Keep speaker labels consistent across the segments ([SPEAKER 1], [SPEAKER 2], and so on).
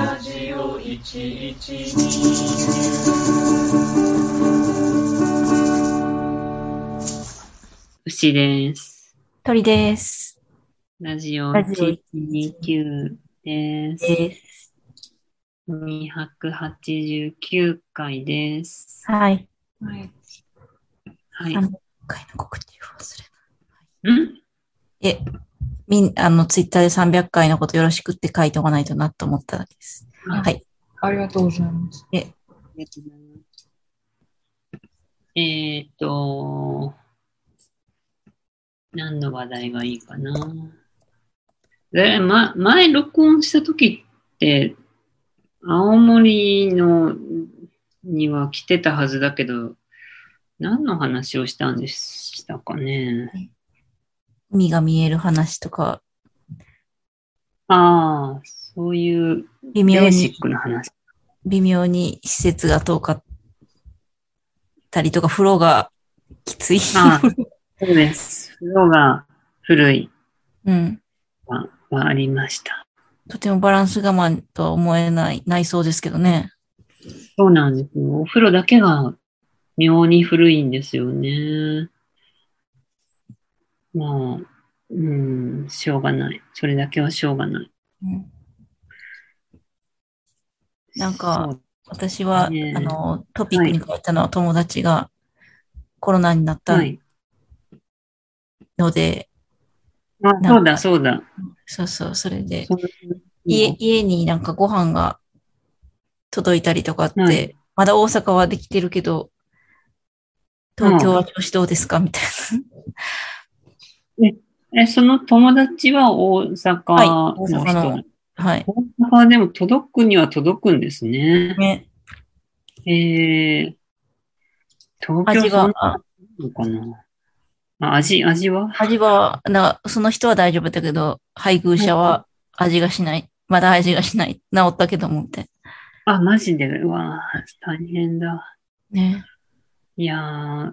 [SPEAKER 1] ラジオ112
[SPEAKER 2] 牛です。
[SPEAKER 3] 鳥です。
[SPEAKER 2] ラジオ
[SPEAKER 3] ラジオ
[SPEAKER 2] 1129です。
[SPEAKER 3] です。
[SPEAKER 2] 289回です。
[SPEAKER 3] はい。
[SPEAKER 1] はい。
[SPEAKER 2] はい。
[SPEAKER 3] あ
[SPEAKER 2] ん
[SPEAKER 3] の今回の告知をすれば。え、みん、あの、ツイッターで300回のことよろしくって書いておかないとなと思っただけです。
[SPEAKER 2] あ
[SPEAKER 3] はい。
[SPEAKER 1] ありがとうございます。
[SPEAKER 2] ありがとうございます。えーっと、何の話題がいいかな。え、ま、前録音した時って、青森のには来てたはずだけど、何の話をしたんでしたかね。
[SPEAKER 3] 海が見える話とか、
[SPEAKER 2] ああ、そういう
[SPEAKER 3] 微
[SPEAKER 2] ベ
[SPEAKER 3] 妙
[SPEAKER 2] ーシ
[SPEAKER 3] に
[SPEAKER 2] ッ、クな話。
[SPEAKER 3] 微妙に施設が遠かったりとか、風呂がきつい。
[SPEAKER 2] ああ、そうです。風呂が古い
[SPEAKER 3] うん。
[SPEAKER 2] ははありました。
[SPEAKER 3] とてもバランス我慢とは思えない、内装ですけどね。
[SPEAKER 2] そうなんですよ。お風呂だけが妙に古いんですよね。まあ、うん、しょうがない。それだけはしょうがない。
[SPEAKER 3] うん、なんか
[SPEAKER 2] そう、
[SPEAKER 3] 私は、
[SPEAKER 2] ねえ
[SPEAKER 3] あの、トピックに書いたのは友達がコロナになった
[SPEAKER 2] はい。
[SPEAKER 3] ので、
[SPEAKER 2] あ
[SPEAKER 3] んか
[SPEAKER 2] そうだ、そうだ。
[SPEAKER 3] そうそう、それで、
[SPEAKER 2] そう
[SPEAKER 3] 家、家になんかご飯が届いたりとかって、
[SPEAKER 2] はい
[SPEAKER 3] まだ大阪はできてるけど、東京は調子どうですかみたい
[SPEAKER 2] え、その友達は大阪
[SPEAKER 3] はい
[SPEAKER 2] の
[SPEAKER 3] 大阪
[SPEAKER 2] 人、
[SPEAKER 3] のな。はい。
[SPEAKER 2] 大阪でも届くには届くんですね。
[SPEAKER 3] ね、
[SPEAKER 2] えー、東
[SPEAKER 3] 味
[SPEAKER 2] 京そん
[SPEAKER 3] は
[SPEAKER 2] な、のかなあ味、味は
[SPEAKER 3] 味は、なその人は大丈夫だけど、配偶者は味がしない。まだ味がしない。治ったけども、みたい
[SPEAKER 2] あ、マジで、うわー大変だ。
[SPEAKER 3] な。ね。
[SPEAKER 2] いやー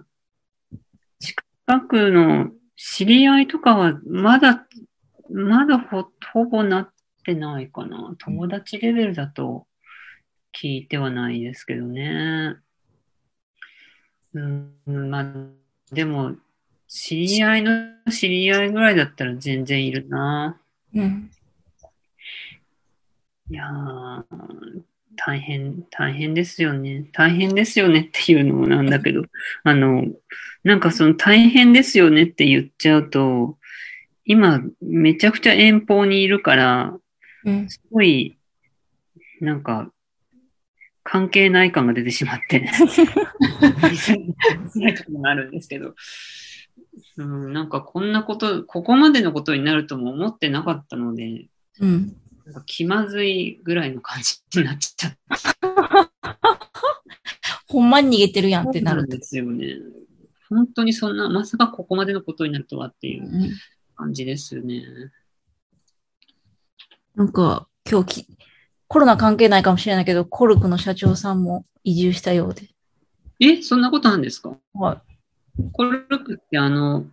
[SPEAKER 2] 近くの知り合いとかは、まだ、まだほ、ほぼなってないかな。友達レベルだと聞いてはないですけどね。うん、まあ、でも、知り合いの知り合いぐらいだったら全然いるな。
[SPEAKER 3] うん。
[SPEAKER 2] いやー、大変、大変ですよね。大変ですよねっていうのもなんだけど、 あの、なんかその大変ですよねって言っちゃうと、今、めちゃくちゃ遠方にいるから、
[SPEAKER 3] うん。
[SPEAKER 2] すごい、なんか、関係ない感が出てしまって。ない感があるんですけど。うん、なんかこんなこと、ここまでのことになるとも思ってなかったので、
[SPEAKER 3] うん。
[SPEAKER 2] なんか気まずいぐらいの感じになっちゃっ
[SPEAKER 3] ほんまに逃げてるやんっててなる
[SPEAKER 2] ん。ですよね。本当にそんな、まさかここまでのことになるとはっていう
[SPEAKER 3] うん
[SPEAKER 2] 感じですよね。
[SPEAKER 3] なんか、今日き、コロナ関係ないかもしれないけど、コルクの社長さんも移住したようで。
[SPEAKER 2] え、そんなことなんですか
[SPEAKER 3] はい
[SPEAKER 2] コルクってあの、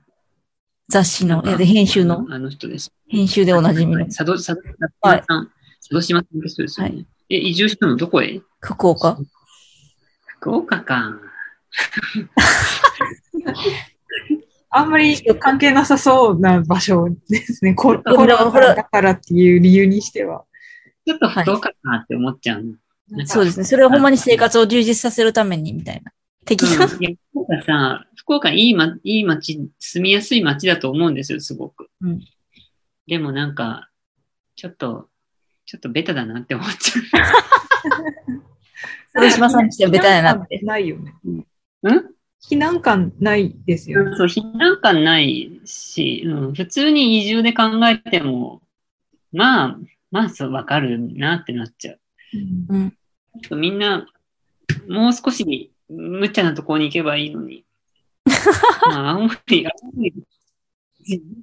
[SPEAKER 3] 雑誌
[SPEAKER 2] な
[SPEAKER 3] の、
[SPEAKER 2] んか
[SPEAKER 3] で編集の、
[SPEAKER 2] あの人です。
[SPEAKER 3] 編集でおなじみの
[SPEAKER 2] 佐渡、佐渡佐渡島さん。佐渡島さんの人ですよね。え、移住したのどこへ
[SPEAKER 3] 福岡。
[SPEAKER 2] 福岡か。
[SPEAKER 1] あんまり関係なさそうな場所ですね。 コ
[SPEAKER 3] ほ
[SPEAKER 1] コ
[SPEAKER 3] ら
[SPEAKER 1] ロ
[SPEAKER 3] ほら
[SPEAKER 1] ナだからっていう理由にしては。
[SPEAKER 2] ちょっと福岡かって思っちゃうの。なんか
[SPEAKER 3] そうですね。それはほんまに生活を充実させるために、みたいな。的な。
[SPEAKER 2] うんいや福岡さ、福岡いい,、ま、いい街、住みやすい街だと思うんですよ、すごく。
[SPEAKER 3] うん
[SPEAKER 2] でもなんか、ちょっと、ちょっとベタだなって思っちゃ
[SPEAKER 3] 豊島さんにしてはベタやなって。
[SPEAKER 1] 避難感ないよね。
[SPEAKER 2] う。うん
[SPEAKER 1] 避難感ないですよね。
[SPEAKER 2] そう、避難感ないし、うん、普通に移住で考えても、まあ、まあ、そう、わかるなってなっちゃう。
[SPEAKER 1] うん
[SPEAKER 3] うん。
[SPEAKER 2] ちょっとみんな、もう少し無茶なところに行けばいいのに。まあ、青森、青森、無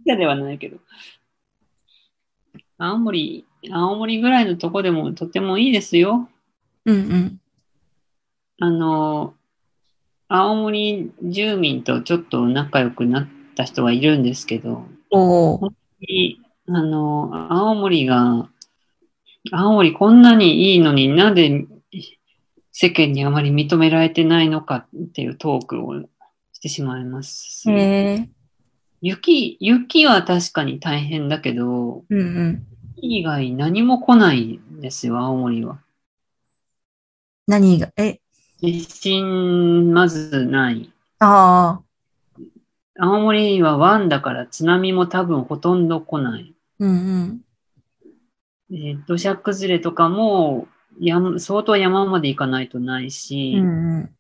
[SPEAKER 2] 茶ではないけど。青森、青森ぐらいのとこでもとてもいいですよ。
[SPEAKER 3] うんうん。
[SPEAKER 2] あの、青森住民とちょっと仲良くなった人はいるんですけど、
[SPEAKER 3] おー
[SPEAKER 2] にあの、青森が、青森こんなにいいのになんで世間にあまり認められてないのかっていうトークをしてしまいます。
[SPEAKER 3] へえ。
[SPEAKER 2] 雪、雪は確かに大変だけど、
[SPEAKER 3] うんうん。
[SPEAKER 2] 以外何も来ないんですよ、青森は。
[SPEAKER 3] 何が、え、
[SPEAKER 2] 地震、まずない。
[SPEAKER 3] ああ、
[SPEAKER 2] 青森は湾だから津波も多分ほとんど来ない。
[SPEAKER 3] うん
[SPEAKER 2] えー土砂崩れとかも山相当山まで行かないとないし
[SPEAKER 3] うん。、うんう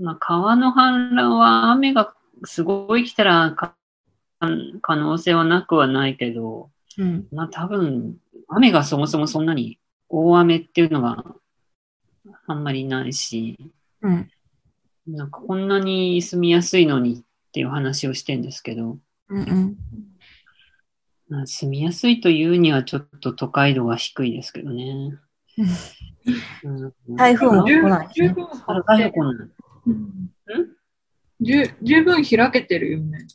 [SPEAKER 3] ん。
[SPEAKER 2] まあ、川の氾濫は雨がすごい来たらか可能性はなくはないけど、
[SPEAKER 3] うん、
[SPEAKER 2] まあ多分、雨がそもそもそんなに大雨っていうのがあんまりないし、
[SPEAKER 3] うん、
[SPEAKER 2] なんかこんなに住みやすいのにっていう話をしてんですけど、
[SPEAKER 3] うん、うん。
[SPEAKER 2] まあ、住みやすいというにはちょっと都会度が低いですけどね。うん
[SPEAKER 3] 台風も
[SPEAKER 1] 十
[SPEAKER 3] 来ないです
[SPEAKER 1] 分、十
[SPEAKER 3] ね
[SPEAKER 1] 分
[SPEAKER 2] あ
[SPEAKER 1] 発
[SPEAKER 2] 台風
[SPEAKER 1] 展
[SPEAKER 2] 来ない。
[SPEAKER 1] うん十十分開けてるよね。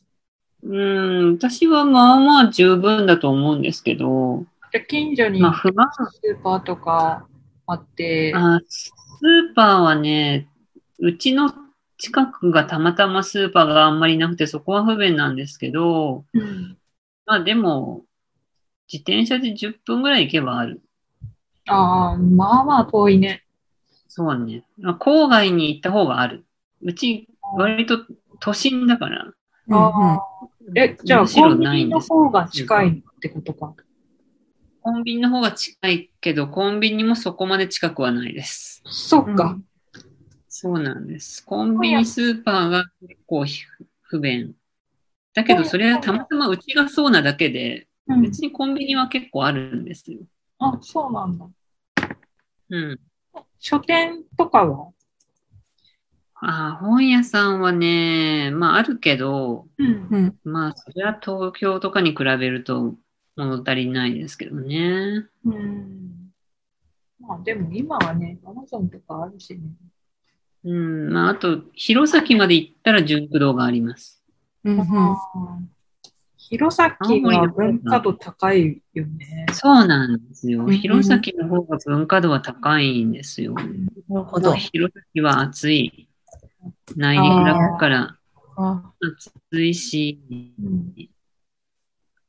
[SPEAKER 2] うん、私はまあまあ十分だと思うんですけど、
[SPEAKER 1] じゃあ近所に
[SPEAKER 2] まあ不満
[SPEAKER 1] スーパーとかあって、
[SPEAKER 2] あスーパーはね、うちの近くがたまたまスーパーがあんまりなくて、そこは不便なんですけど、
[SPEAKER 1] うん
[SPEAKER 2] まあでも、自転車で10分ぐらい行けばある。
[SPEAKER 1] ああ、まあまあ遠いね。
[SPEAKER 2] そうね。まあ郊外に行った方がある。うち、割と都心だから。
[SPEAKER 1] ああえ、じゃあ
[SPEAKER 2] むしろ
[SPEAKER 1] コンビ
[SPEAKER 2] ない
[SPEAKER 1] ニ
[SPEAKER 2] ん
[SPEAKER 1] の
[SPEAKER 2] です。
[SPEAKER 1] 方が近いってことか。
[SPEAKER 2] コンビニの方が近いけど、コンビニもそこまで近くはないです。
[SPEAKER 1] そっか。
[SPEAKER 2] そうなんです。コンビニスーパーが結構ひ不便。だけど、それはたまたまうちがそうなだけで、
[SPEAKER 1] うん
[SPEAKER 2] 別にコンビニは結構あるんですよ。
[SPEAKER 1] あ、そうなんだ。
[SPEAKER 2] うん。
[SPEAKER 1] 書店とかは
[SPEAKER 2] ああ、本屋さんはね、まああるけど、
[SPEAKER 1] うん
[SPEAKER 3] うん、うん、
[SPEAKER 2] まあそれは東京とかに比べると物足りないですけどね。
[SPEAKER 1] うん。まあでも今はね、アマゾンとかあるしね。
[SPEAKER 2] うん。まああと、弘前まで行ったら純駆動があります。
[SPEAKER 3] うん、うん。
[SPEAKER 1] うん弘前は文化度高いよね。
[SPEAKER 2] そうなんですよ。
[SPEAKER 3] うん
[SPEAKER 2] 弘前の方が文化度は高いんですよ。
[SPEAKER 3] なるほど。
[SPEAKER 2] 弘前は暑い。内陸だから
[SPEAKER 3] あ
[SPEAKER 2] 暑いし、
[SPEAKER 1] うん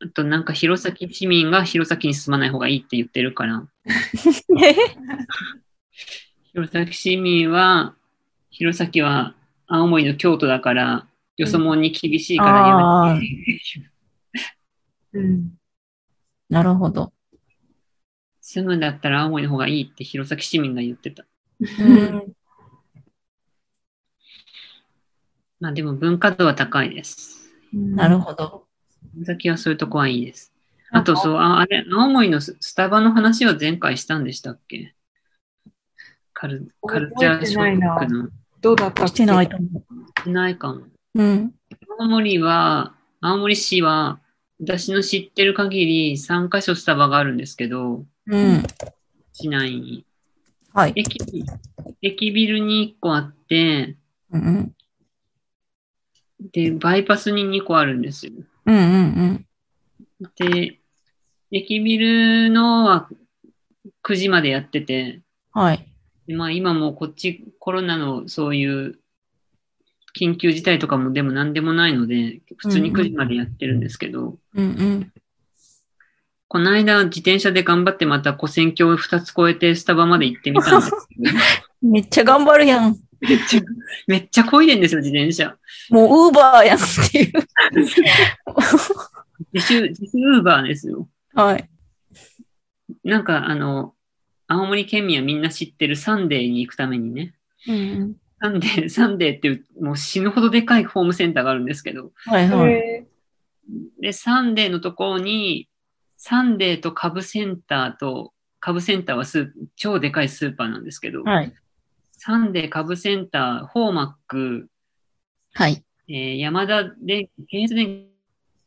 [SPEAKER 2] あとなんか弘前市民が弘前に住まない方がいいって言ってるから、 弘前市民は、弘前は青森の京都だから、よそ者に厳しいからやめて、
[SPEAKER 1] うん
[SPEAKER 3] なるほど。
[SPEAKER 2] 住むんだったら青森の方がいいって弘前市民が言ってた。
[SPEAKER 3] うん、
[SPEAKER 2] まあでも文化度は高いです。
[SPEAKER 3] なるほど。
[SPEAKER 2] 弘前はそういうとこはいいです。
[SPEAKER 1] な
[SPEAKER 2] あ
[SPEAKER 1] んか
[SPEAKER 2] とそう、ああれ、青森のススタバの話は前回したんでしたっけカルカルチャーショックの。
[SPEAKER 1] どうだったっけ
[SPEAKER 3] してないと思
[SPEAKER 2] ないかも。
[SPEAKER 3] う。うん。
[SPEAKER 2] 青森は、青森市は、私の知ってる限り3カ所スタバがあるんですけど、
[SPEAKER 3] うん。
[SPEAKER 2] 市内に。
[SPEAKER 3] はい。
[SPEAKER 2] 駅ビ駅ビルに1個あって、
[SPEAKER 3] うん、うん。
[SPEAKER 2] で、バイパスに2個あるんですよ。
[SPEAKER 3] うん、うん、
[SPEAKER 2] で、駅ビルのは9時までやってて、
[SPEAKER 3] うん。はい。
[SPEAKER 2] でまあ今もうこっちコロナのそういう緊急事態とかもでも何でもないので、普通に9時までやってるんですけど、
[SPEAKER 3] うん、うん。
[SPEAKER 2] この間自転車で頑張ってまた古戦橋を2つ越えてスタバまで行ってみたんです けど、
[SPEAKER 3] めっちゃ頑張るやん。
[SPEAKER 2] めっちゃ漕いでんですよ、自転車。
[SPEAKER 3] もう、ウーバーやんって いう。
[SPEAKER 2] 自主、自主ウーバーですよ。
[SPEAKER 3] はい。
[SPEAKER 2] なんかあの、青森県民はみんな知ってるサンデーに行くためにね、
[SPEAKER 3] うん。
[SPEAKER 2] サンデー、 サンデーっていう、もう死ぬほどでかいホームセンターがあるんですけど、
[SPEAKER 3] はい、はい。
[SPEAKER 1] へ
[SPEAKER 2] で、サンデーのところに、サンデーと株センターと、株センターはスー超でかいスーパーなんですけど、
[SPEAKER 3] はい。
[SPEAKER 2] サンデー、株センター、ホーマック、
[SPEAKER 3] はい。
[SPEAKER 2] えー山田電機、平熱電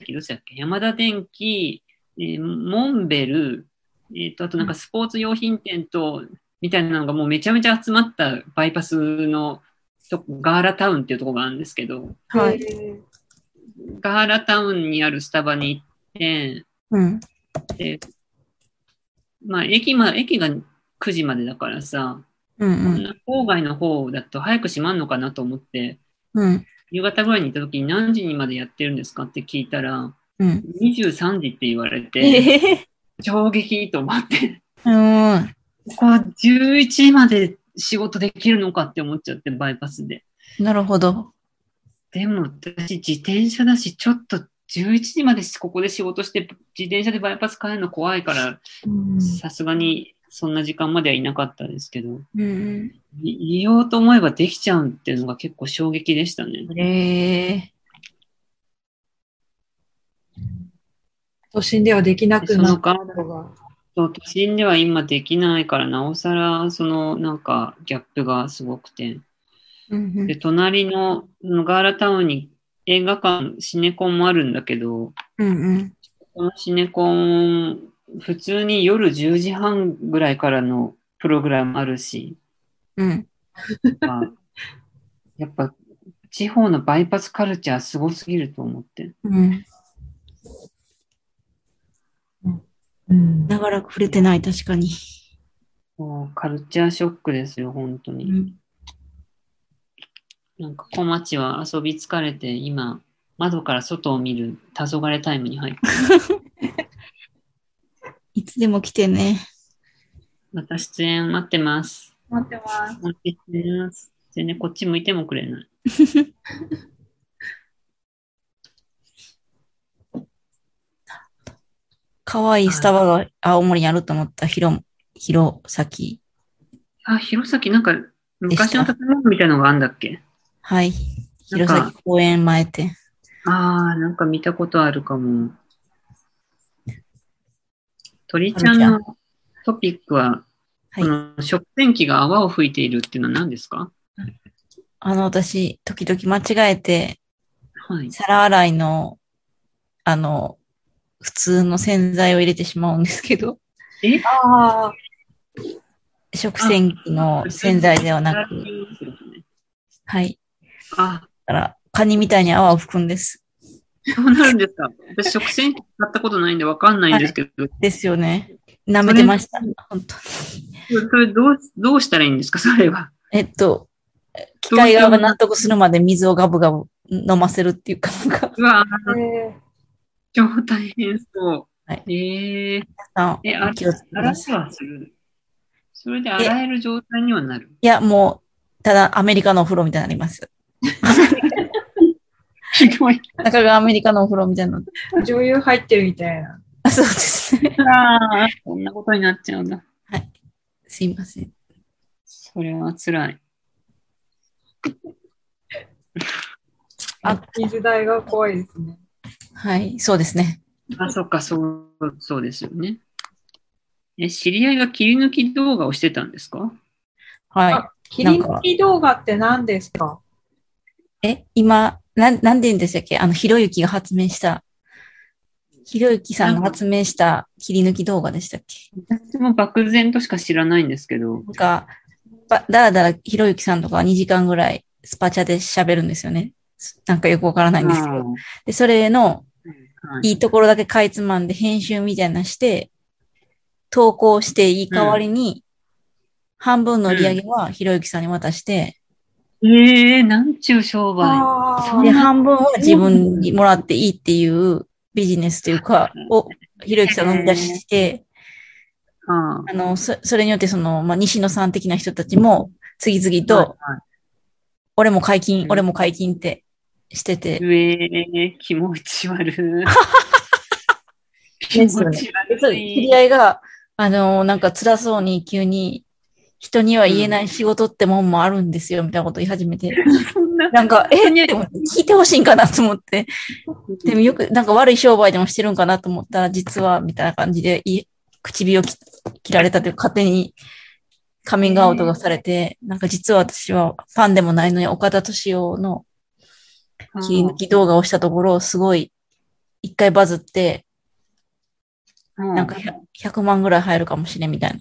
[SPEAKER 2] 機、どっちだっけ山田電機、えーモンベル、えっ、と、あとなんかスポーツ用品店と、みたいなのがもうめちゃめちゃ集まったバイパスのとこガーラタウンっていうところがあるんですけど、
[SPEAKER 1] ー
[SPEAKER 3] はい。
[SPEAKER 1] へ
[SPEAKER 2] ガハラタウンにあるスタバに行って、
[SPEAKER 3] うん。
[SPEAKER 2] で、まあ、駅ま、駅が9時までだからさ、
[SPEAKER 3] うんうん。
[SPEAKER 2] 郊外の方だと早く閉まんのかなと思って、
[SPEAKER 3] うん。
[SPEAKER 2] 夕方ぐらいに行った時に何時にまでやってるんですかって聞いたら、
[SPEAKER 3] うん。
[SPEAKER 2] 23時って言われて、
[SPEAKER 3] え
[SPEAKER 2] 衝撃と思って、
[SPEAKER 3] ー、うん。
[SPEAKER 2] ここは11時まで仕事できるのかって思っちゃって、バイパスで。
[SPEAKER 3] なるほど。
[SPEAKER 2] でも私自転車だし、ちょっと11時までここで仕事して、自転車でバイパス帰るの怖いから、
[SPEAKER 3] うん
[SPEAKER 2] さすがにそんな時間まではいなかったですけど、
[SPEAKER 3] うん
[SPEAKER 2] いいようと思えばできちゃうっていうのが結構衝撃でしたね
[SPEAKER 3] う。ん。えー、
[SPEAKER 1] 都心ではできなく
[SPEAKER 2] そ
[SPEAKER 1] な
[SPEAKER 2] の
[SPEAKER 1] っ
[SPEAKER 2] か
[SPEAKER 1] たのが。
[SPEAKER 2] そう都心では今できないから、なおさら、そのなんかギャップがすごくて。
[SPEAKER 3] うんうん
[SPEAKER 2] で、隣のそのガーラタウンに映画館、シネコンもあるんだけど、
[SPEAKER 3] うんうん。
[SPEAKER 2] このシネコン、普通に夜10時半ぐらいからのプログラムあるし、
[SPEAKER 3] うん。
[SPEAKER 2] まあやっぱ地方のバイパスカルチャーすごすぎると思って。
[SPEAKER 3] うん。
[SPEAKER 1] うん。
[SPEAKER 3] 長らく触れてない、確かに。
[SPEAKER 2] もうカルチャーショックですよ、本当に。なんか小町は遊び疲れて、今、窓から外を見る黄昏タイムに入って、
[SPEAKER 3] いつでも来てね。
[SPEAKER 2] また出演待ってます。
[SPEAKER 1] 待ってます。
[SPEAKER 2] 待ってます。全然こっち向いてもくれない。
[SPEAKER 3] 可愛いスタバが青森にあると思った、ひろ、ひろさき。
[SPEAKER 2] あ、弘前なんか昔の建物みたいなのがあんだっけ
[SPEAKER 3] はい。
[SPEAKER 2] なん
[SPEAKER 3] 弘
[SPEAKER 2] か
[SPEAKER 3] 前公園前店。
[SPEAKER 2] ああ、なんか見たことあるかも。鳥ちゃんのトピックは、
[SPEAKER 3] はい
[SPEAKER 2] この食洗機が泡を吹いているっていうのは何ですか
[SPEAKER 3] あの、私、時々間違えて、
[SPEAKER 2] はい。
[SPEAKER 3] 皿洗いの、あの、普通の洗剤を入れてしまうんですけど、
[SPEAKER 1] ああ、
[SPEAKER 3] 食洗機の洗剤ではなく、はい。
[SPEAKER 2] あ、
[SPEAKER 3] だから、カニみたいに泡を吹くんです。
[SPEAKER 2] そうなるんですか。私、食洗機使ったことないんでわかんないんですけど、
[SPEAKER 3] ですよね。舐めてました。本当に。
[SPEAKER 2] それどう、どうしたらいいんですか、それは。
[SPEAKER 3] えっと、機械側が納得するまで水をガブガブ飲ませるっていうか、なんか、
[SPEAKER 2] うわー、
[SPEAKER 1] え
[SPEAKER 2] 超大変そう。
[SPEAKER 3] はい
[SPEAKER 2] ええ
[SPEAKER 3] あ
[SPEAKER 2] え、あ
[SPEAKER 3] 気をつけてく
[SPEAKER 2] 洗
[SPEAKER 3] だ
[SPEAKER 2] い
[SPEAKER 3] さい。
[SPEAKER 2] はする。それで洗える状態にはなる。
[SPEAKER 3] いや、もう、ただアメリカのお風呂みたいになります。
[SPEAKER 2] ひ どい。
[SPEAKER 3] 中がアメリカのお風呂みたいな。
[SPEAKER 1] ー、女優入ってるみたいな。
[SPEAKER 3] あそうですね。
[SPEAKER 2] ああ、こんなことになっちゃうんだ。
[SPEAKER 3] すいません。
[SPEAKER 2] それは辛い。
[SPEAKER 3] あ
[SPEAKER 1] 水代が怖いですね。
[SPEAKER 3] はい、そうですね。
[SPEAKER 2] あ、そっか、そう、そうですよね。え、知り合いが切り抜き動画をしてたんですか
[SPEAKER 3] は
[SPEAKER 1] 切り抜き動画って何ですか
[SPEAKER 3] い。え、今、なん、なんて言うんでしたっけあの、ひろゆきが発明した、ひろゆきさんが発明した切り抜き動画でしたっけ
[SPEAKER 2] 私も漠然としか知らないんですけど、
[SPEAKER 3] なんか、ばだらだらひろゆきさんとか2時間ぐらいスパチャで喋るんですよね。すなんかよくわからないんですけ
[SPEAKER 2] あー
[SPEAKER 3] ど。で、それの
[SPEAKER 2] はい
[SPEAKER 3] いところだけかいつまんで編集みたいなして、投稿していい代わりに、半分の売り上げはひろゆきさんに渡して、
[SPEAKER 2] ええなんちゅう商売。
[SPEAKER 1] あ
[SPEAKER 2] そうん
[SPEAKER 3] で、
[SPEAKER 2] な
[SPEAKER 1] ー
[SPEAKER 3] 半分は自分にもらっていいっていうビジネスというか、をひろゆきさんが生み出して、
[SPEAKER 2] あ
[SPEAKER 3] あの、そそれによってその、まあ、西野さん的な人たちも、次々
[SPEAKER 2] あ。
[SPEAKER 3] と、俺も解
[SPEAKER 2] う
[SPEAKER 3] 禁、
[SPEAKER 2] ん
[SPEAKER 3] 俺も解禁ってしてて。
[SPEAKER 2] うえー、気持ち悪い。 気持
[SPEAKER 3] です
[SPEAKER 2] ち
[SPEAKER 3] よ
[SPEAKER 2] 悪
[SPEAKER 3] ねそう知
[SPEAKER 2] い
[SPEAKER 3] り。合いが、あのーなんか辛そうに急に、人には言えない仕事ってもんもあるんですよ、みたいなこと言い始めて。
[SPEAKER 2] そんな
[SPEAKER 3] なんか、え
[SPEAKER 2] 人には
[SPEAKER 3] ーでも聞いてほしいんかなと思って。でもよく、なんか悪い商売でもしてるんかなと思ったら、実は、みたいな感じで、い唇を切切られたというか、勝手にカミングアウトがされて、なんか実は私はファンでもないのに、岡田敏夫の切り抜き動画をしたところ、すごい、一回バズって、
[SPEAKER 2] うん
[SPEAKER 3] なんか100 100万ぐらい入るかもしれんみたいな。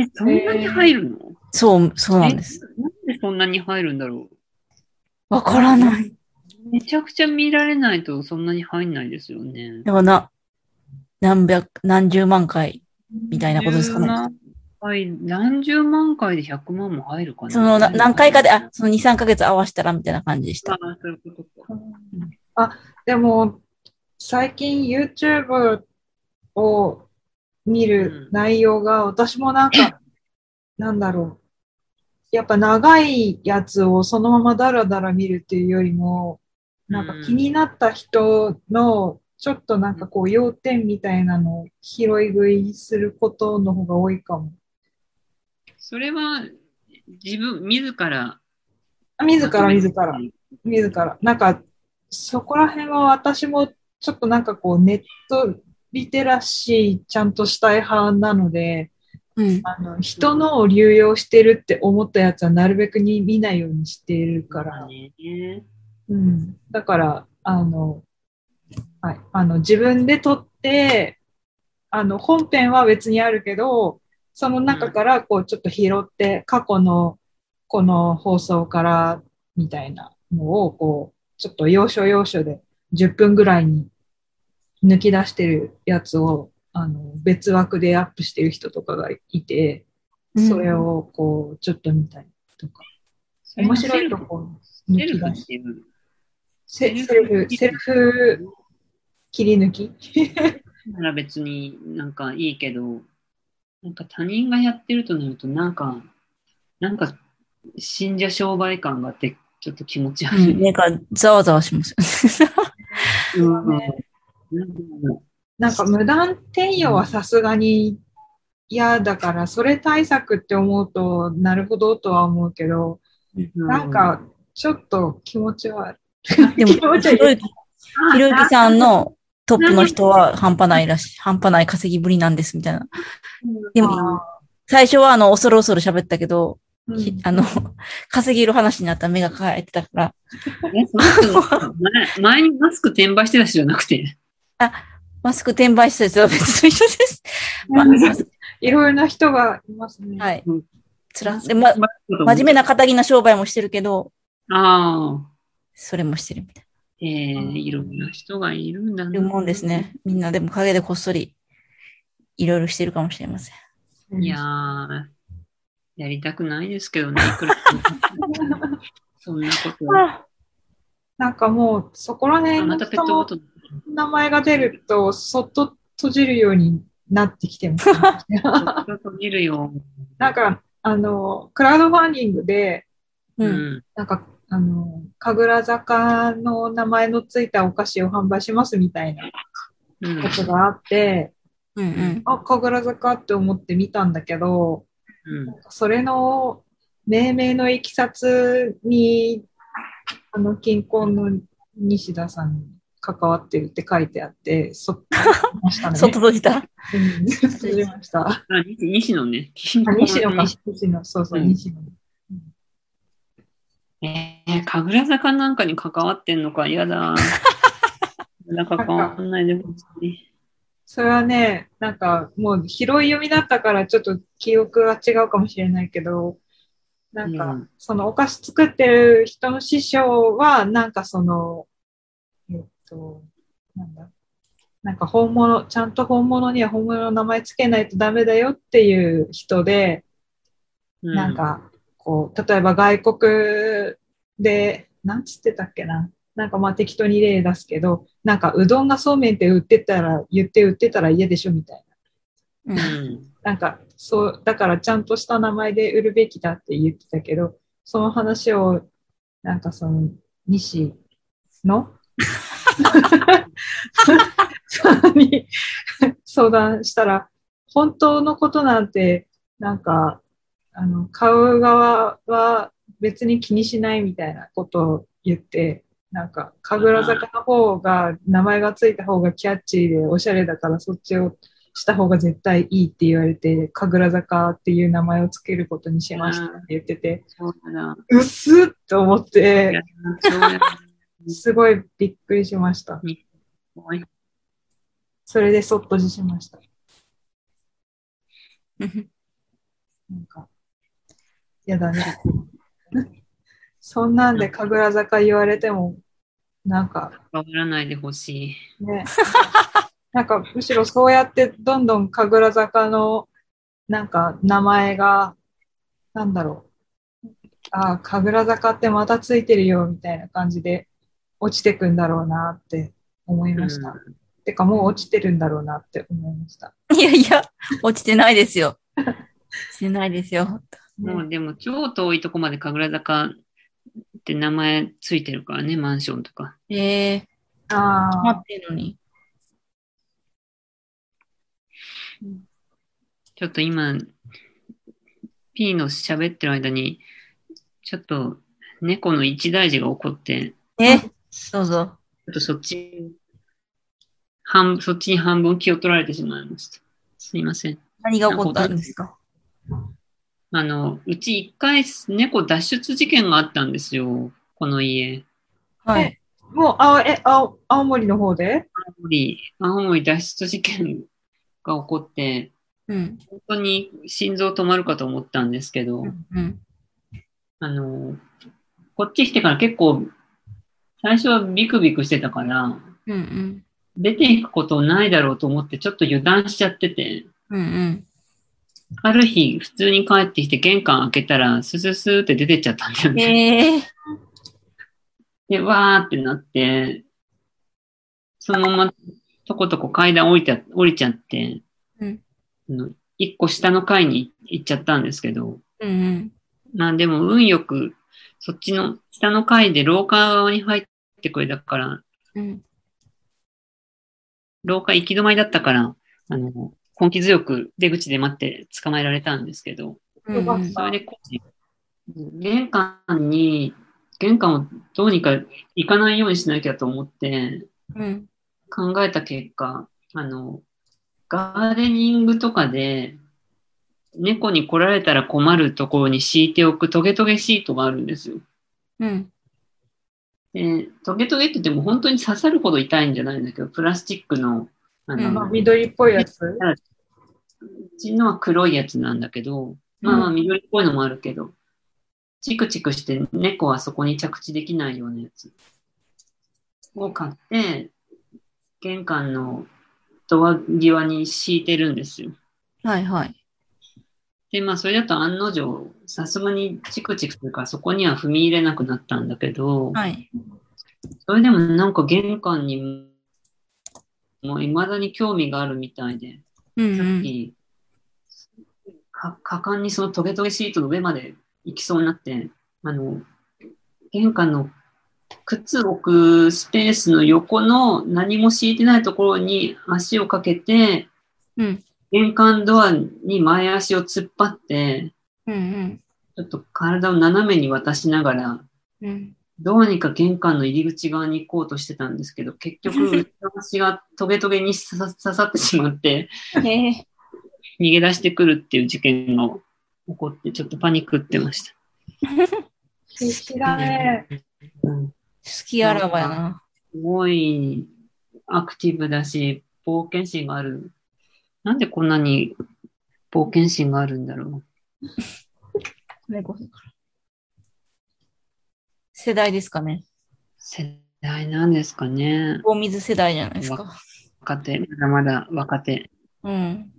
[SPEAKER 2] え、そんなに入るの
[SPEAKER 3] そう、そうなんです。
[SPEAKER 2] えなんでそんなに入るんだろ
[SPEAKER 3] わからない。
[SPEAKER 2] う。めちゃくちゃ見られないとそんなに入んないですよね。
[SPEAKER 3] だからな、何百、何十万回みたいなことですかね。
[SPEAKER 2] はい、何十万回で100万も入るかな。
[SPEAKER 3] そのな何回かで、あ、その2、3ヶ月合わせたらみたいな感じでし
[SPEAKER 2] あ
[SPEAKER 3] た。
[SPEAKER 2] あ、そういうことか。
[SPEAKER 1] でも、最近 YouTube を見る内容が、私もな んか、なんだろう。やっぱ長いやつをそのままダラダラ見るっていうよりも、なんか気になった人の、ちょっとなんかこう要点みたいなのを拾い食いすることの方が多いかも。
[SPEAKER 2] それは自分、自ら。
[SPEAKER 1] あ自ら自ら。自ら。なんか、そこら辺は私もちょっとなんかこうネットリテラシーちゃんとしたい派なので、
[SPEAKER 3] うん。
[SPEAKER 1] あの人のを流用してるって思ったやつはなるべくに見ないようにしているか
[SPEAKER 2] まあ
[SPEAKER 1] ら、
[SPEAKER 2] ね
[SPEAKER 1] うん、だから、あの、はい、あの自分で撮って、あの本編は別にあるけど、その中からこうちょっと拾って、過去のこの放送からみたいなのをこう、ちょっと要所要所で10分ぐらいに抜き出してるやつを、あの別枠でアップしてる人とかがいて、それをこうちょっと見たりとか、
[SPEAKER 2] それも
[SPEAKER 1] 面白いとこ
[SPEAKER 2] セ
[SPEAKER 1] 抜
[SPEAKER 2] ルフ
[SPEAKER 1] き出し
[SPEAKER 2] っていう
[SPEAKER 1] セセルフ、セルフ切り抜き
[SPEAKER 2] なら別になんかいいけど、なんか他人がやってるとなると、なんか、なんか信者商売感があって、ちょっと気持ち悪
[SPEAKER 3] う
[SPEAKER 2] い。
[SPEAKER 3] ん。なんか、ざわざわしますよね。
[SPEAKER 2] うん
[SPEAKER 1] ね
[SPEAKER 2] なんかも
[SPEAKER 1] なんか無断転用はさすがに嫌だから、それ対策って思うと、なるほどとは思うけど、
[SPEAKER 2] う
[SPEAKER 1] なん、かちょっと気持ち悪
[SPEAKER 3] でも、ひろゆき、ひろゆきさんのトップの人は半端ないらしい。半端ない稼ぎぶりなんです、みたいな。で
[SPEAKER 1] い
[SPEAKER 3] も、
[SPEAKER 1] な。
[SPEAKER 3] 最初はあの、恐る恐る喋ったけど、
[SPEAKER 1] うん
[SPEAKER 3] ひあの、 稼げる話になったら目が輝いてたから、
[SPEAKER 2] えその人前前にマスク転売してた人じゃなくて、
[SPEAKER 3] マスク転売した人は別の人です。まあ
[SPEAKER 1] いろいろな人がいますね。
[SPEAKER 3] はい
[SPEAKER 2] うん。
[SPEAKER 3] つらで、ま、真
[SPEAKER 2] 真
[SPEAKER 3] 面目な仇な商売もしてるけど、
[SPEAKER 2] ああ、
[SPEAKER 3] それもしてるみたい
[SPEAKER 2] ええいろんな人がいるんだ
[SPEAKER 3] な。
[SPEAKER 2] な。
[SPEAKER 3] いるもんですね。みんなでも陰でこっそり、いろいろしてるかもしれません。
[SPEAKER 1] うん
[SPEAKER 2] いやー、やりたくないですけどね、い くらそんなこと。
[SPEAKER 1] なんかもう、そこら辺
[SPEAKER 2] あま
[SPEAKER 1] の
[SPEAKER 2] たペ
[SPEAKER 1] 人
[SPEAKER 2] ットボ
[SPEAKER 1] の
[SPEAKER 2] トル。
[SPEAKER 1] 名前が出ると、そっと閉じるようになってき てます、ね。
[SPEAKER 2] ちょっと見るよ。
[SPEAKER 1] なんか、あの、クラウドファンディングで、
[SPEAKER 3] う。
[SPEAKER 2] うんん。
[SPEAKER 1] なんか、あの、神楽坂の名前のついたお菓子を販売しますみたいな
[SPEAKER 2] うん
[SPEAKER 1] ことがあって、
[SPEAKER 3] うんうん。
[SPEAKER 1] あ、神楽坂って思って見たんだけど、
[SPEAKER 2] うん
[SPEAKER 1] なんかそれの命名のいきさつに、あの、近婚の西田さんに関わってるって書いてあって、そっとしましたね。
[SPEAKER 3] そっと閉じた。
[SPEAKER 1] うん閉じました。あ
[SPEAKER 2] あ、西西野ね。
[SPEAKER 1] 西野か
[SPEAKER 2] 西。
[SPEAKER 1] 西野、そうそう、
[SPEAKER 2] うん
[SPEAKER 1] 西野。
[SPEAKER 2] えー、神楽坂なんかに関わってんのか、嫌だ。 なんか関わんないでほしい。
[SPEAKER 1] それはね、なんかもう広い読みだったからちょっと記憶が違うかもしれないけど、なんか、
[SPEAKER 2] うん
[SPEAKER 1] そのお菓子作ってる人の師匠は、なんかその、えっと、なんだ、なんか本物、ちゃんと本物には本物の名前つけないとダメだよっていう人で、
[SPEAKER 2] う
[SPEAKER 1] なん、か、こう、例えば外国で、なんつってたっけな。なんかまあ適当に例出すけど、なんかうどんがそうめんって売ってたら、言って売ってたら嫌でしょみたい
[SPEAKER 3] うん
[SPEAKER 2] うん。
[SPEAKER 1] な。なんか、そう、だからちゃんとした名前で売るべきだって言ってたけど、その話を、なんかその、西のさんに相談したら、本当のことなんて、なんか、あの、買う側は別に気にしないみたいなことを言って、なんか、神楽坂の方が、名前がついた方がキャッチーでおしゃれだから、そっちをした方が絶対いいって言われて、神楽坂っていう名前をつけることにしましたって言ってて、
[SPEAKER 2] そうだ。
[SPEAKER 1] うっすっと思って、
[SPEAKER 2] そうだ。
[SPEAKER 1] すごいびっくりしました。
[SPEAKER 2] 怖い
[SPEAKER 1] それでそっとじしました。なんか、やだね。そんなんで神楽坂言われても、なんか
[SPEAKER 2] 変わらないでほしい。
[SPEAKER 1] ね、なんかむしろそうやってどんどん神楽坂のなんか名前が、なんだろう、ああ、神楽坂ってまたついてるよみたいな感じで落ちてくんだろうなって思いました。
[SPEAKER 2] うん
[SPEAKER 1] てかもう落ちてるんだろうなって思いました。
[SPEAKER 3] いやいや、落ちてないですよ。落ちてないですよ。
[SPEAKER 1] ね
[SPEAKER 2] もうでも超遠いとこまで神楽坂って名前ついてるからね、マンションとか。
[SPEAKER 3] ええ
[SPEAKER 1] ああ、
[SPEAKER 3] 待ってるのに。
[SPEAKER 2] ちょっと今、P の喋ってる間に、ちょっと猫の一大事が起こって、
[SPEAKER 3] え、どうぞ。
[SPEAKER 2] ちょっとそっち、半、そっちに半分気を取られてしまいました。すいません。
[SPEAKER 3] 何が起こったんですか
[SPEAKER 2] あの、うち一回猫脱出事件があったんですよ。この家。
[SPEAKER 3] はい。
[SPEAKER 1] もう、あえ青青森の方で
[SPEAKER 2] 青森、青森脱出事件が起こって、
[SPEAKER 3] うん。
[SPEAKER 2] 本当に心臓止まるかと思ったんですけど、
[SPEAKER 3] うん。
[SPEAKER 2] あの、こっち来てから結構、最初はビクビクしてたから、
[SPEAKER 3] うんうん。
[SPEAKER 2] 出ていくことないだろうと思ってちょっと油断しちゃってて、
[SPEAKER 3] うんうん。
[SPEAKER 2] ある日普通に帰ってきて玄関開けたらスススーって出てっちゃったんだよね。
[SPEAKER 3] ええ
[SPEAKER 2] で、わーってなって、そのままとことこ階段降りた降りちゃって、
[SPEAKER 3] うん
[SPEAKER 2] あの一個下の階に行っちゃったんですけど、
[SPEAKER 3] うんうん。
[SPEAKER 2] まあでも運よくそっちの下の階で廊下側に入ってくれたから、
[SPEAKER 3] うん。
[SPEAKER 2] 廊下行き止まりだったから、あの、根気強く出口で待って捕まえられたんですけど、
[SPEAKER 3] うんうん
[SPEAKER 2] それでこう、玄関に、玄関をどうにか行かないようにしなきゃと思って
[SPEAKER 3] うん。
[SPEAKER 2] 考えた結果、あの、ガーデニングとかで、猫に来られたら困るところに敷いておくトゲトゲシートがあるんですよ。
[SPEAKER 3] うん。
[SPEAKER 2] で、トゲトゲって言っても本当に刺さるほど痛いんじゃないんだけど、プラスチックの、あの、
[SPEAKER 3] う
[SPEAKER 1] あ
[SPEAKER 3] ん
[SPEAKER 1] の緑っぽいやつ
[SPEAKER 2] うちのは黒いやつなんだけど、まあまあ緑っぽいのもあるけど、チクチクして猫はそこに着地できないようなやつを買って、玄関のドア際に敷いてるんですよ。
[SPEAKER 3] はいはい。
[SPEAKER 2] で、まあそれだと案の定、さすがにチクチクするからそこには踏み入れなくなったんだけど、
[SPEAKER 3] はい。
[SPEAKER 2] それでもなんか玄関にもう未だに興味があるみたいで、
[SPEAKER 3] うん
[SPEAKER 2] さ
[SPEAKER 3] う
[SPEAKER 2] っ
[SPEAKER 3] ん。
[SPEAKER 2] き、か果敢にそのトゲトゲシートの上まで行きそうになって、あの、玄関の靴置くスペースの横の何も敷いてないところに足をかけて、
[SPEAKER 3] うん
[SPEAKER 2] 玄関ドアに前足を突っ張って、
[SPEAKER 3] うんうん。
[SPEAKER 2] ちょっと体を斜めに渡しながら、
[SPEAKER 3] うん。
[SPEAKER 2] どうにか玄関の入り口側に行こうとしてたんですけど、結局、 内足がトゲトゲに刺さ刺さってしまって、
[SPEAKER 3] ええ
[SPEAKER 2] 逃げ出してくるっていう事件が起こって、ちょっとパニックってました。
[SPEAKER 1] 必死だね。
[SPEAKER 2] うん
[SPEAKER 3] 好きあらばやな。
[SPEAKER 2] すごいアクティブだし、冒険心がある。なんでこんなに冒険心があるんだろ
[SPEAKER 3] これこそから世代ですかね。
[SPEAKER 2] う。世代なんですかね。
[SPEAKER 3] 大水世代じゃないですか。
[SPEAKER 2] 若手、まだまだ若手。
[SPEAKER 3] うん。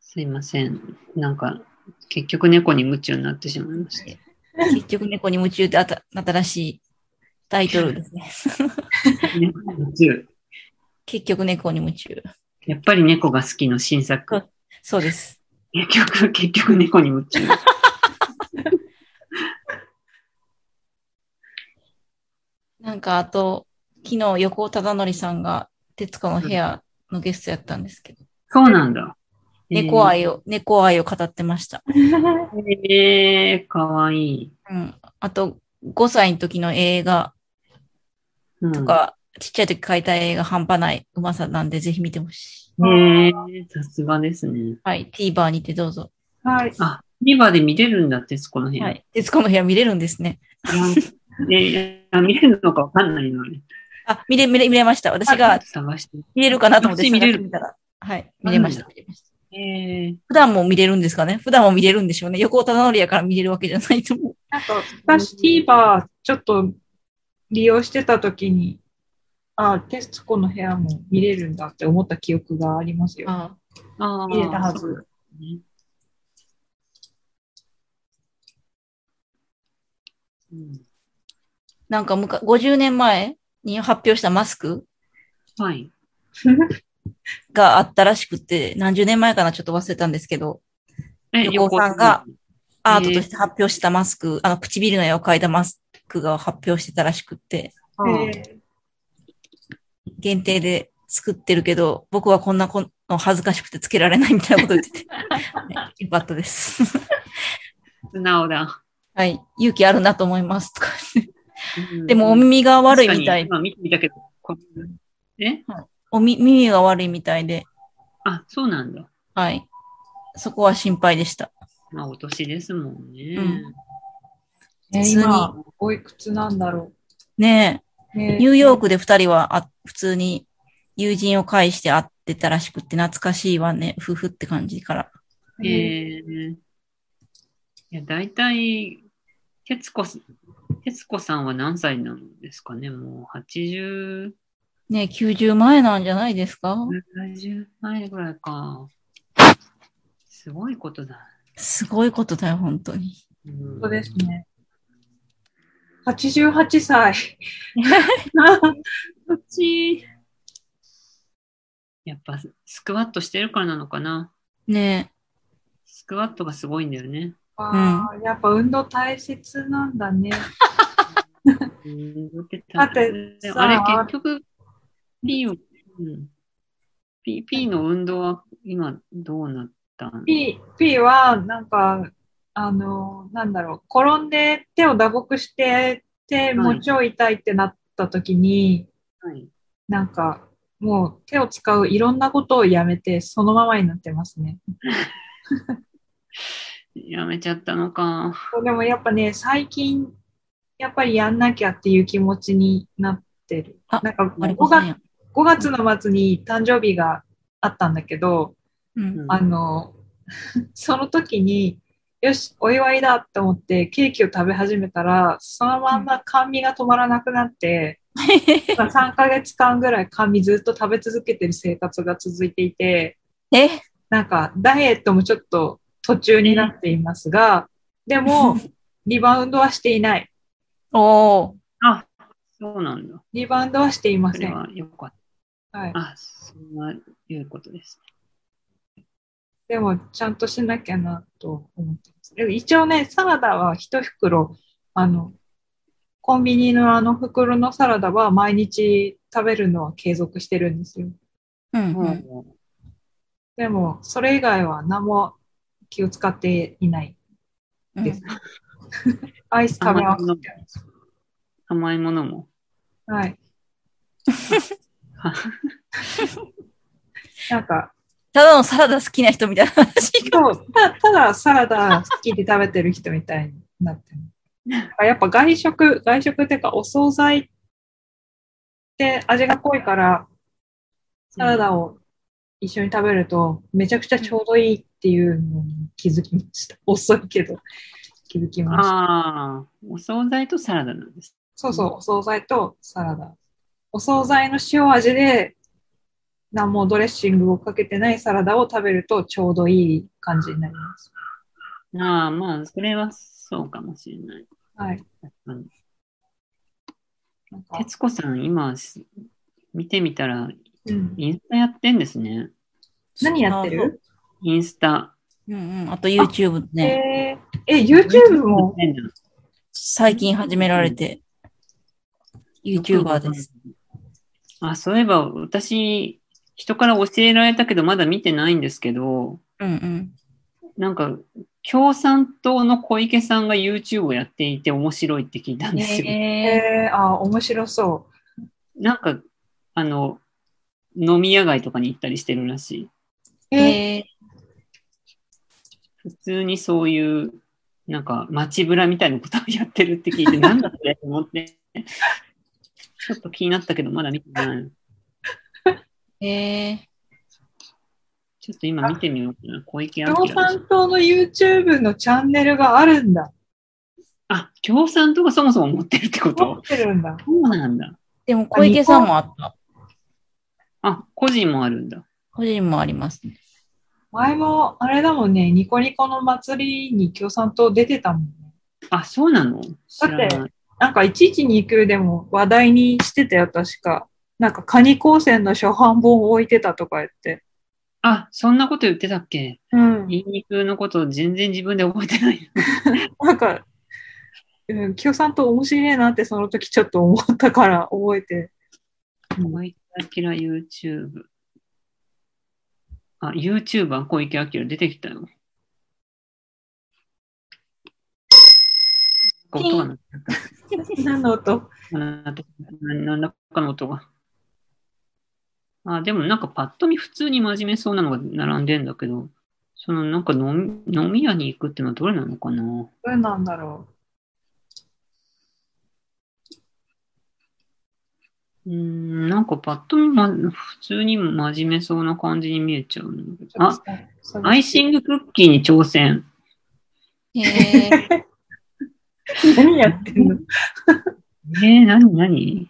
[SPEAKER 2] すいません。なんか、結局猫に夢中になってしまいました。
[SPEAKER 3] 結局猫に夢中ってあた新しいタイトルで すね。
[SPEAKER 2] 猫に夢中。
[SPEAKER 3] 結局猫に夢中。
[SPEAKER 2] やっぱり猫が好きの新作。
[SPEAKER 3] そうです。
[SPEAKER 2] 結局、結局猫に夢中。
[SPEAKER 3] なんかあと、昨日横尾忠則さんが徹子の部屋のゲストやったんですけど、
[SPEAKER 2] そうなんだ。
[SPEAKER 3] 猫愛を、猫愛を語ってました。
[SPEAKER 2] ええー、かわいい。
[SPEAKER 3] うん。あと、5歳の時の映画
[SPEAKER 2] うん、
[SPEAKER 3] とか、ちっちゃい時描いた映画半端ないうまさなんで、ぜひ見てほしい。
[SPEAKER 2] ええー、さすがですね。
[SPEAKER 3] はい。TVer にてどうぞ。
[SPEAKER 1] はい。
[SPEAKER 2] あ、リバで見れるんだって、この辺。
[SPEAKER 3] はい。徹子の部屋見れるんですね。
[SPEAKER 2] いやいや見れるのかわかんないのね。
[SPEAKER 3] あ、見れ、見れ、見れました。私が
[SPEAKER 2] 探して。
[SPEAKER 3] 見れるかなと思って
[SPEAKER 2] 見れる
[SPEAKER 3] 探してみたら。はい。見れました。見れました
[SPEAKER 2] ええ
[SPEAKER 3] 普段も見れるんですかね普段も見れるんでしょうね。横尾忠則やから見れるわけじゃないと思う。
[SPEAKER 1] なんか、私 TVer ちょっと利用してた時に、ああ、テスコの部屋も見れるんだって思った記憶がありますよ。
[SPEAKER 3] あ
[SPEAKER 2] ああ、
[SPEAKER 1] 見れたはず
[SPEAKER 2] そうだねうん
[SPEAKER 3] なんかむか、50年前に発表したマスク
[SPEAKER 2] はい。
[SPEAKER 3] があったらしくて、何十年前かなちょっと忘れたんですけど、
[SPEAKER 2] え
[SPEAKER 3] 横尾さんが、
[SPEAKER 2] へー
[SPEAKER 3] アートとして発表したマスク、あの、唇の絵を描いたマスクが発表してたらしくって、
[SPEAKER 2] 横尾さんが
[SPEAKER 1] えー
[SPEAKER 3] 限定で作ってるけど、僕はこんなこの恥ずかしくてつけられないみたいなこと言って て、はいよかったです。
[SPEAKER 2] 素直だ。
[SPEAKER 3] はい、勇気あるなと思います。とか
[SPEAKER 2] うん
[SPEAKER 3] でも、お耳が悪いみた
[SPEAKER 2] 確か
[SPEAKER 3] い
[SPEAKER 2] に。今見てみたけど、こえ
[SPEAKER 3] おみ、耳が悪いみたいで、
[SPEAKER 2] あ、そうなんだ。
[SPEAKER 3] はい。そこは心配でした。
[SPEAKER 2] まあ、お年ですもんね。
[SPEAKER 3] うん
[SPEAKER 1] えー
[SPEAKER 3] 普通に
[SPEAKER 1] 今、おいくつなんだろ
[SPEAKER 3] ね
[SPEAKER 1] う。
[SPEAKER 3] え、
[SPEAKER 1] ね
[SPEAKER 3] ニューヨークで二人はあ普通に友人を介して会ってたらしくって懐かしいわね、夫婦って感じから。
[SPEAKER 1] ク
[SPEAKER 2] えーいや、大体、徹子さん、徹子さんは何歳なんですかねもう80、
[SPEAKER 3] ねえ、90前なんじゃないですか
[SPEAKER 2] 70前ぐらいか。すごいことだ。
[SPEAKER 3] すごいことだよ、本当に。
[SPEAKER 2] 本
[SPEAKER 1] そうですね。88歳。
[SPEAKER 2] こっち。やっぱスクワットしてるからなのかな。
[SPEAKER 3] ね
[SPEAKER 2] スクワットがすごいんだよね。
[SPEAKER 1] あーやっぱ運動大切なんだね。
[SPEAKER 2] だって
[SPEAKER 1] だってさ
[SPEAKER 2] あれ結局、P を、うん、P, P の運動は今どうなったん
[SPEAKER 1] P, P は、なんか、あの、なんだろう、転んで手を打撲して、手もう超痛いってなった時に、
[SPEAKER 2] はい、
[SPEAKER 1] なんか、もう手を使ういろんなことをやめて、そのままになってますね。
[SPEAKER 2] やめちゃったのか。
[SPEAKER 1] でもやっぱね、最近、やっぱりやんなきゃっていう気持ちになってる。
[SPEAKER 3] あ
[SPEAKER 1] なんか
[SPEAKER 3] え、あれ
[SPEAKER 1] 5月、5月の末に誕生日があったんだけど、
[SPEAKER 3] うん。
[SPEAKER 1] あの、 その時に、よし、お祝いだと思ってケーキを食べ始めたら、そのまんま甘味が止まらなくなって、3ヶ月間ぐらい甘味ずっと食べ続けてる生活が続いていて、
[SPEAKER 3] え、
[SPEAKER 1] なんかダイエットもちょっと途中になっていますが、でもリバウンドはしていない。
[SPEAKER 3] おー。
[SPEAKER 2] あ、そうなんだ。
[SPEAKER 1] リバウンドはしていま
[SPEAKER 2] そ
[SPEAKER 1] せ
[SPEAKER 2] れ
[SPEAKER 1] ん。
[SPEAKER 2] はよかっ
[SPEAKER 1] はい
[SPEAKER 2] た。、あ、それは良いことです。
[SPEAKER 1] でも、ちゃんとしなきゃなと思ってます。でも一応ね、サラダは一袋、あの、コンビニのあの袋のサラダは毎日食べるのは継続してるんですよ。
[SPEAKER 3] うん、
[SPEAKER 2] う
[SPEAKER 3] うん。
[SPEAKER 2] ん
[SPEAKER 1] でも、それ以外は何も気を使っていない。
[SPEAKER 3] うん
[SPEAKER 1] ですアイス食べます。
[SPEAKER 2] 甘いものも。
[SPEAKER 1] はい。
[SPEAKER 2] は
[SPEAKER 1] なんか、
[SPEAKER 3] ただのサラダ好きな人みたいな話。
[SPEAKER 1] そうたただサラダ好きで食べてる人みたいになってる。あやっぱ外食、外食っていうかお惣菜って味が濃いから、サラダを一緒に食べるとめちゃくちゃちょうどいいっていうのに気づきました。 遅いけど気づきました。
[SPEAKER 2] ああ、お惣菜とサラダなんです。
[SPEAKER 1] そうそう、お惣菜とサラダ。お惣菜の塩味で何もドレッシングをかけてないサラダを食べるとちょうどいい感じになります。
[SPEAKER 2] ああ、まあ、それはそうかもしれない。
[SPEAKER 1] はい。
[SPEAKER 2] うん
[SPEAKER 1] なんか、
[SPEAKER 2] 徹子さん、今、し見てみたら、
[SPEAKER 1] うん、
[SPEAKER 2] インスタやってんですね。
[SPEAKER 1] 何やってる
[SPEAKER 2] インスタ。
[SPEAKER 3] うんうん。あと YouTube ね。
[SPEAKER 1] えーえ、YouTube も
[SPEAKER 2] やってんだ
[SPEAKER 3] 最近始められて、YouTuber です。
[SPEAKER 2] あ、そういえば、私、人から教えられたけど、まだ見てないんですけど、
[SPEAKER 3] うんうん。
[SPEAKER 2] なんか、共産党の小池さんが YouTube をやっていて面白いって聞いたんですよ。
[SPEAKER 3] え
[SPEAKER 1] えー、あー、面白そ
[SPEAKER 2] なんか、あの、飲み屋街とかに行ったりしてるらしい。
[SPEAKER 1] う。
[SPEAKER 3] ー、
[SPEAKER 1] え
[SPEAKER 3] え
[SPEAKER 2] 普通にそういう、なんか街ぶらみたいなことをやってるって聞いて、なんだそれと思って、ちょっと気になったけど、まだ見てない。
[SPEAKER 3] ー、え
[SPEAKER 2] ちょっと今見てみようかな。小池
[SPEAKER 1] ー、
[SPEAKER 2] 晃
[SPEAKER 1] 共
[SPEAKER 2] さん。
[SPEAKER 1] 産党の YouTube のチャンネルがあるんだ。
[SPEAKER 2] あ、共産党がそもそも持ってるってこ
[SPEAKER 1] 持っ
[SPEAKER 2] と
[SPEAKER 1] てるんだ。
[SPEAKER 2] そうなんだ。
[SPEAKER 3] でも小池さんもあった。
[SPEAKER 2] あ、個人もあるんだ。
[SPEAKER 3] 個人もありますね。
[SPEAKER 1] 前も、あれだもんね、ニコニコの祭りに共産党出てたもんね。
[SPEAKER 2] あ、そうなの知ら
[SPEAKER 1] だ
[SPEAKER 2] ない。
[SPEAKER 1] なんか119でも話題にしてたよ、確か。なんか、カニ高専の初版本を置いてたとか言って。
[SPEAKER 2] あ、そんなこと言ってたっけ
[SPEAKER 1] うん。
[SPEAKER 2] ニンニクのこと全然自分で覚えてない。
[SPEAKER 1] なんか、うん、共産党面白いなってその時ちょっと思ったから覚えて。
[SPEAKER 2] 小池晃 YouTube。あ、YouTuber 小池晃出てきたよ。音が鳴って
[SPEAKER 1] 何の音
[SPEAKER 2] 鳴って何らかの音が。あ、でもなんかパッと見普通に真面目そうなのが並んでんだけど、そのなんか飲み飲み屋に行くってのはどれなのかな
[SPEAKER 1] どれなんだろ
[SPEAKER 2] うーん、なんかパッと見、ま、普通に真面目そうな感じに見えちゃうの。
[SPEAKER 1] う
[SPEAKER 2] あ、、
[SPEAKER 1] そ
[SPEAKER 2] アイシングクッキーに挑戦。
[SPEAKER 3] へえ。
[SPEAKER 1] 何やってんの
[SPEAKER 2] えー、なになに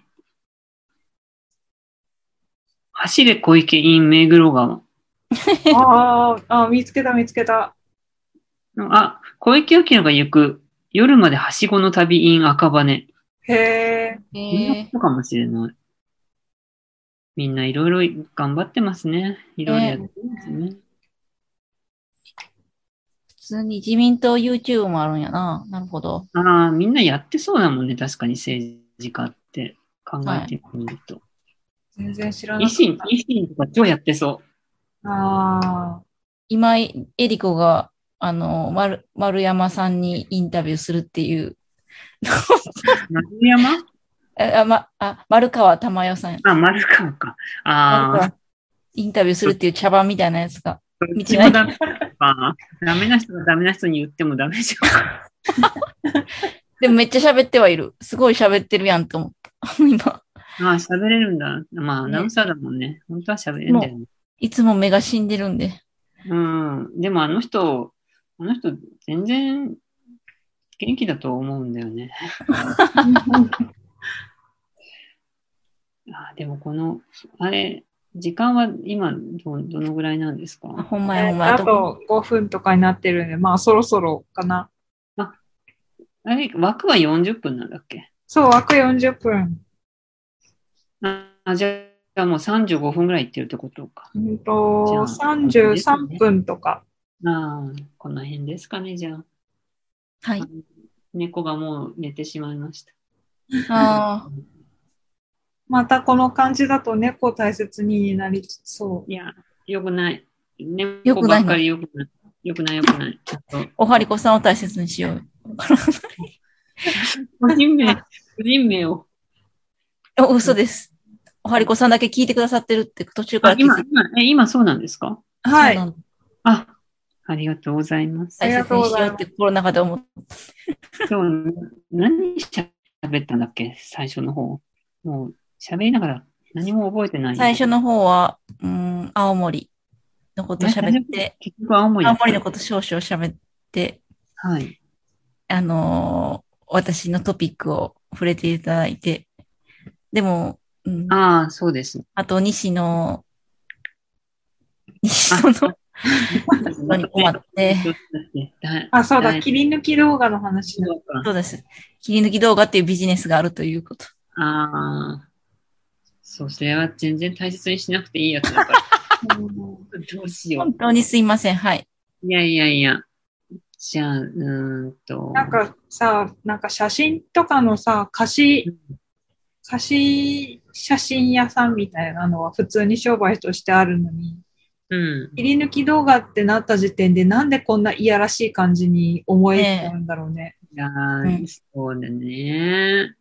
[SPEAKER 2] 走れ小池 in 目黒川。
[SPEAKER 1] あーあー、見つけた見つけた。
[SPEAKER 2] あ、小池晃が行く。夜まではしごの旅 in 赤羽。
[SPEAKER 1] へえ。
[SPEAKER 2] こんな
[SPEAKER 3] へ
[SPEAKER 2] ことかもしれない。みんないろいろ頑張ってますね。いろいろやってますね。
[SPEAKER 3] 普通に自民党 YouTube もあるんやな。なるほど。
[SPEAKER 2] ああ、みんなやってそうだもんね。確かに政治家って考えてみると。
[SPEAKER 1] 全然知ら
[SPEAKER 2] 維
[SPEAKER 1] なかっ
[SPEAKER 2] 新、維新とか超やってそう。
[SPEAKER 1] た。ああ。
[SPEAKER 3] 今井絵理子が、あの、丸、丸山さんにインタビューするっていう。
[SPEAKER 2] 丸山
[SPEAKER 3] あ、ま、あ、丸川珠代さんや。
[SPEAKER 2] あ、丸川か。あ
[SPEAKER 3] 丸
[SPEAKER 2] あ、
[SPEAKER 3] 川インタビューするっていう茶番みたいなやつが。
[SPEAKER 2] うちもダメか。ダメな人がダメな人に言ってもダメじゃん。
[SPEAKER 3] でもめっちゃ喋ってはいる。すごい喋ってるやんと思った。 今。
[SPEAKER 2] ああ、喋れるん だ。まあ、アナウンサーだもんね。本当は喋れるんだよね。
[SPEAKER 3] いつも目が死んでるんで。
[SPEAKER 2] うん。でもあの人、あの人、全然元気だと思うんだよね。ああ、でもこの、あれ、時間は今ど、どのぐらいなんです
[SPEAKER 3] あ
[SPEAKER 2] か
[SPEAKER 3] ほんまやほんまや。
[SPEAKER 1] あと5分とかになってるんで、まあそろそろかな。
[SPEAKER 2] あれ、枠は40分なんだっけ
[SPEAKER 1] そう、枠40分。
[SPEAKER 2] ああ、じゃあもう35分ぐらいいってるってことか。
[SPEAKER 1] うんと、
[SPEAKER 2] じゃあ
[SPEAKER 1] 33分とか。
[SPEAKER 2] ああ、この辺ですかね、じゃあ。
[SPEAKER 3] はい。
[SPEAKER 2] 猫がもう寝てしまいました。
[SPEAKER 3] あ
[SPEAKER 1] またこの感じだと猫を大切にになりそ
[SPEAKER 2] いや、よくない。
[SPEAKER 3] 良
[SPEAKER 2] 猫
[SPEAKER 3] くな
[SPEAKER 2] ば
[SPEAKER 3] いの
[SPEAKER 2] っかりよくない。よくない、よくない。ちょっと
[SPEAKER 3] ー、おはりこさんを大切にしよう。
[SPEAKER 2] 個人名、個人名を。
[SPEAKER 3] お嘘です。おはりこさんだけ聞いてくださってるって途中か
[SPEAKER 2] あ
[SPEAKER 3] ら気づ
[SPEAKER 2] 今、
[SPEAKER 3] い
[SPEAKER 2] 今、え、今そうなんですか
[SPEAKER 1] う。
[SPEAKER 3] た。
[SPEAKER 1] はい
[SPEAKER 3] そう。なの
[SPEAKER 2] あ、ありがとうございます
[SPEAKER 1] あ。り
[SPEAKER 3] 大
[SPEAKER 1] が
[SPEAKER 3] 切
[SPEAKER 1] とう
[SPEAKER 3] に
[SPEAKER 1] ご
[SPEAKER 3] し
[SPEAKER 1] ざ
[SPEAKER 3] よ
[SPEAKER 1] いうま
[SPEAKER 3] っ
[SPEAKER 1] す
[SPEAKER 3] て心の中で思って。
[SPEAKER 2] 今日、何喋ったんだっけ最初の方。もう、喋りながら何も覚えてない。
[SPEAKER 3] 最初の方は、うん、青森のこと喋って、
[SPEAKER 2] 結局、青森だ
[SPEAKER 3] 青
[SPEAKER 2] った
[SPEAKER 3] 森のこと少々喋って、
[SPEAKER 2] はい。
[SPEAKER 3] あのー私のトピックを触れていただいて、でも、うん、
[SPEAKER 2] あ
[SPEAKER 3] あ
[SPEAKER 2] あ、そうです。
[SPEAKER 3] と西野、西野のことに困って、
[SPEAKER 1] あ、そう
[SPEAKER 2] は
[SPEAKER 1] だ、
[SPEAKER 2] い
[SPEAKER 1] 切り抜き動画の話だ。
[SPEAKER 2] そうか
[SPEAKER 3] そうです。切り抜き動画っていうビジネスがあるということ。
[SPEAKER 2] ああ。そう、それは全然大切にしなくていいやつだから。
[SPEAKER 1] うん
[SPEAKER 2] どうしよ
[SPEAKER 3] 本当にすいません。はい。
[SPEAKER 2] う。いやいやいや。じゃあ、うーんと。
[SPEAKER 1] なんかさ、なんか写真とかのさ、貸し、貸し写真屋さんみたいなのは普通に商売としてあるのに、
[SPEAKER 2] うん。
[SPEAKER 1] 切り抜き動画ってなった時点でなんでこんないやらしい感じに思えちゃうんだろうね。
[SPEAKER 2] いやー、
[SPEAKER 3] うん
[SPEAKER 2] そうだね。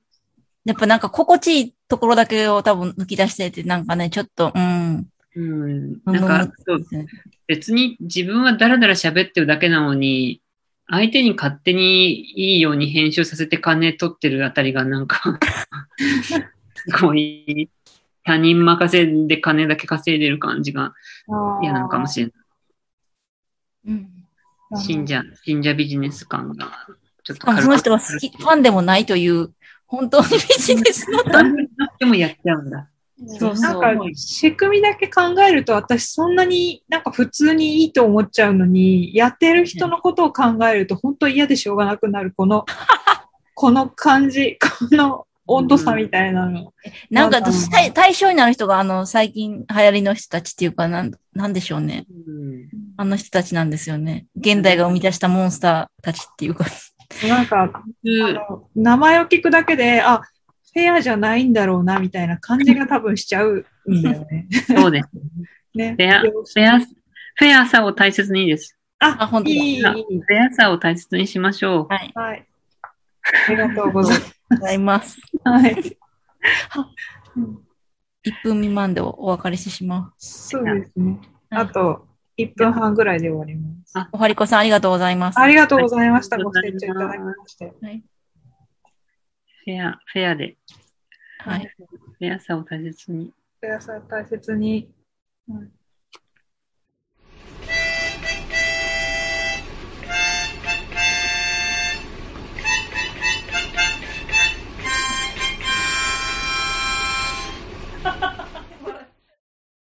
[SPEAKER 3] やっぱなんか心地いいところだけを多分抜き出してて、なんかね、ちょっと、うん。
[SPEAKER 2] うん。なんか、そう
[SPEAKER 3] うん
[SPEAKER 2] 別に自分はダラダラ喋ってるだけなのに、相手に勝手にいいように編集させて金取ってるあたりがなん か、すごい、他人任せで金だけ稼いでる感じが嫌なのかもしれない。
[SPEAKER 3] うん
[SPEAKER 1] れ
[SPEAKER 2] 信者、信者ビジネス感が、ちょっと
[SPEAKER 3] しかもその人は好き、 ファンでもないという、本当にビジネスの。
[SPEAKER 2] 何に なってもやっちゃうんだ。
[SPEAKER 3] そうそう
[SPEAKER 1] なんか、仕組みだけ考えると、私そんなになんか普通にいいと思っちゃうのに、やってる人のことを考えると、本当嫌でしょうがなくなる、この、この感じ、この温度差みたいなの。
[SPEAKER 3] なんか
[SPEAKER 1] なんか
[SPEAKER 3] 私対、対象になる人が、あの、最近流行りの人たちっていうか、なん、なんでしょうね。
[SPEAKER 2] うん
[SPEAKER 3] あの人たちなんですよね。現代が生み出したモンスターたちっていうか。
[SPEAKER 1] なんか、あの名前を聞くだけで、あ、フェアじゃないんだろうな、みたいな感じが多分しちゃうんだよね。
[SPEAKER 2] そうです。
[SPEAKER 1] ね。
[SPEAKER 2] フェア、フェア、フェアさを大切にです。
[SPEAKER 3] あ、本当
[SPEAKER 1] い
[SPEAKER 3] だ。
[SPEAKER 1] い、いい。
[SPEAKER 2] フェアさを大切にしましょう。
[SPEAKER 3] はい。
[SPEAKER 1] はい。ありがとうございます。
[SPEAKER 3] ございます。
[SPEAKER 1] はい。うん
[SPEAKER 3] 1分未満でお別れしてしまう。
[SPEAKER 1] そうですね。あと、1分半ぐらいで終わります。
[SPEAKER 3] おはりこさん、ありがとうございます。
[SPEAKER 1] ありがとうございました。
[SPEAKER 2] はい
[SPEAKER 1] ご清聴いただきまして。
[SPEAKER 2] フェア、フェアで。
[SPEAKER 3] はい。
[SPEAKER 2] フェアさを大切に。
[SPEAKER 1] お野菜大切に。うん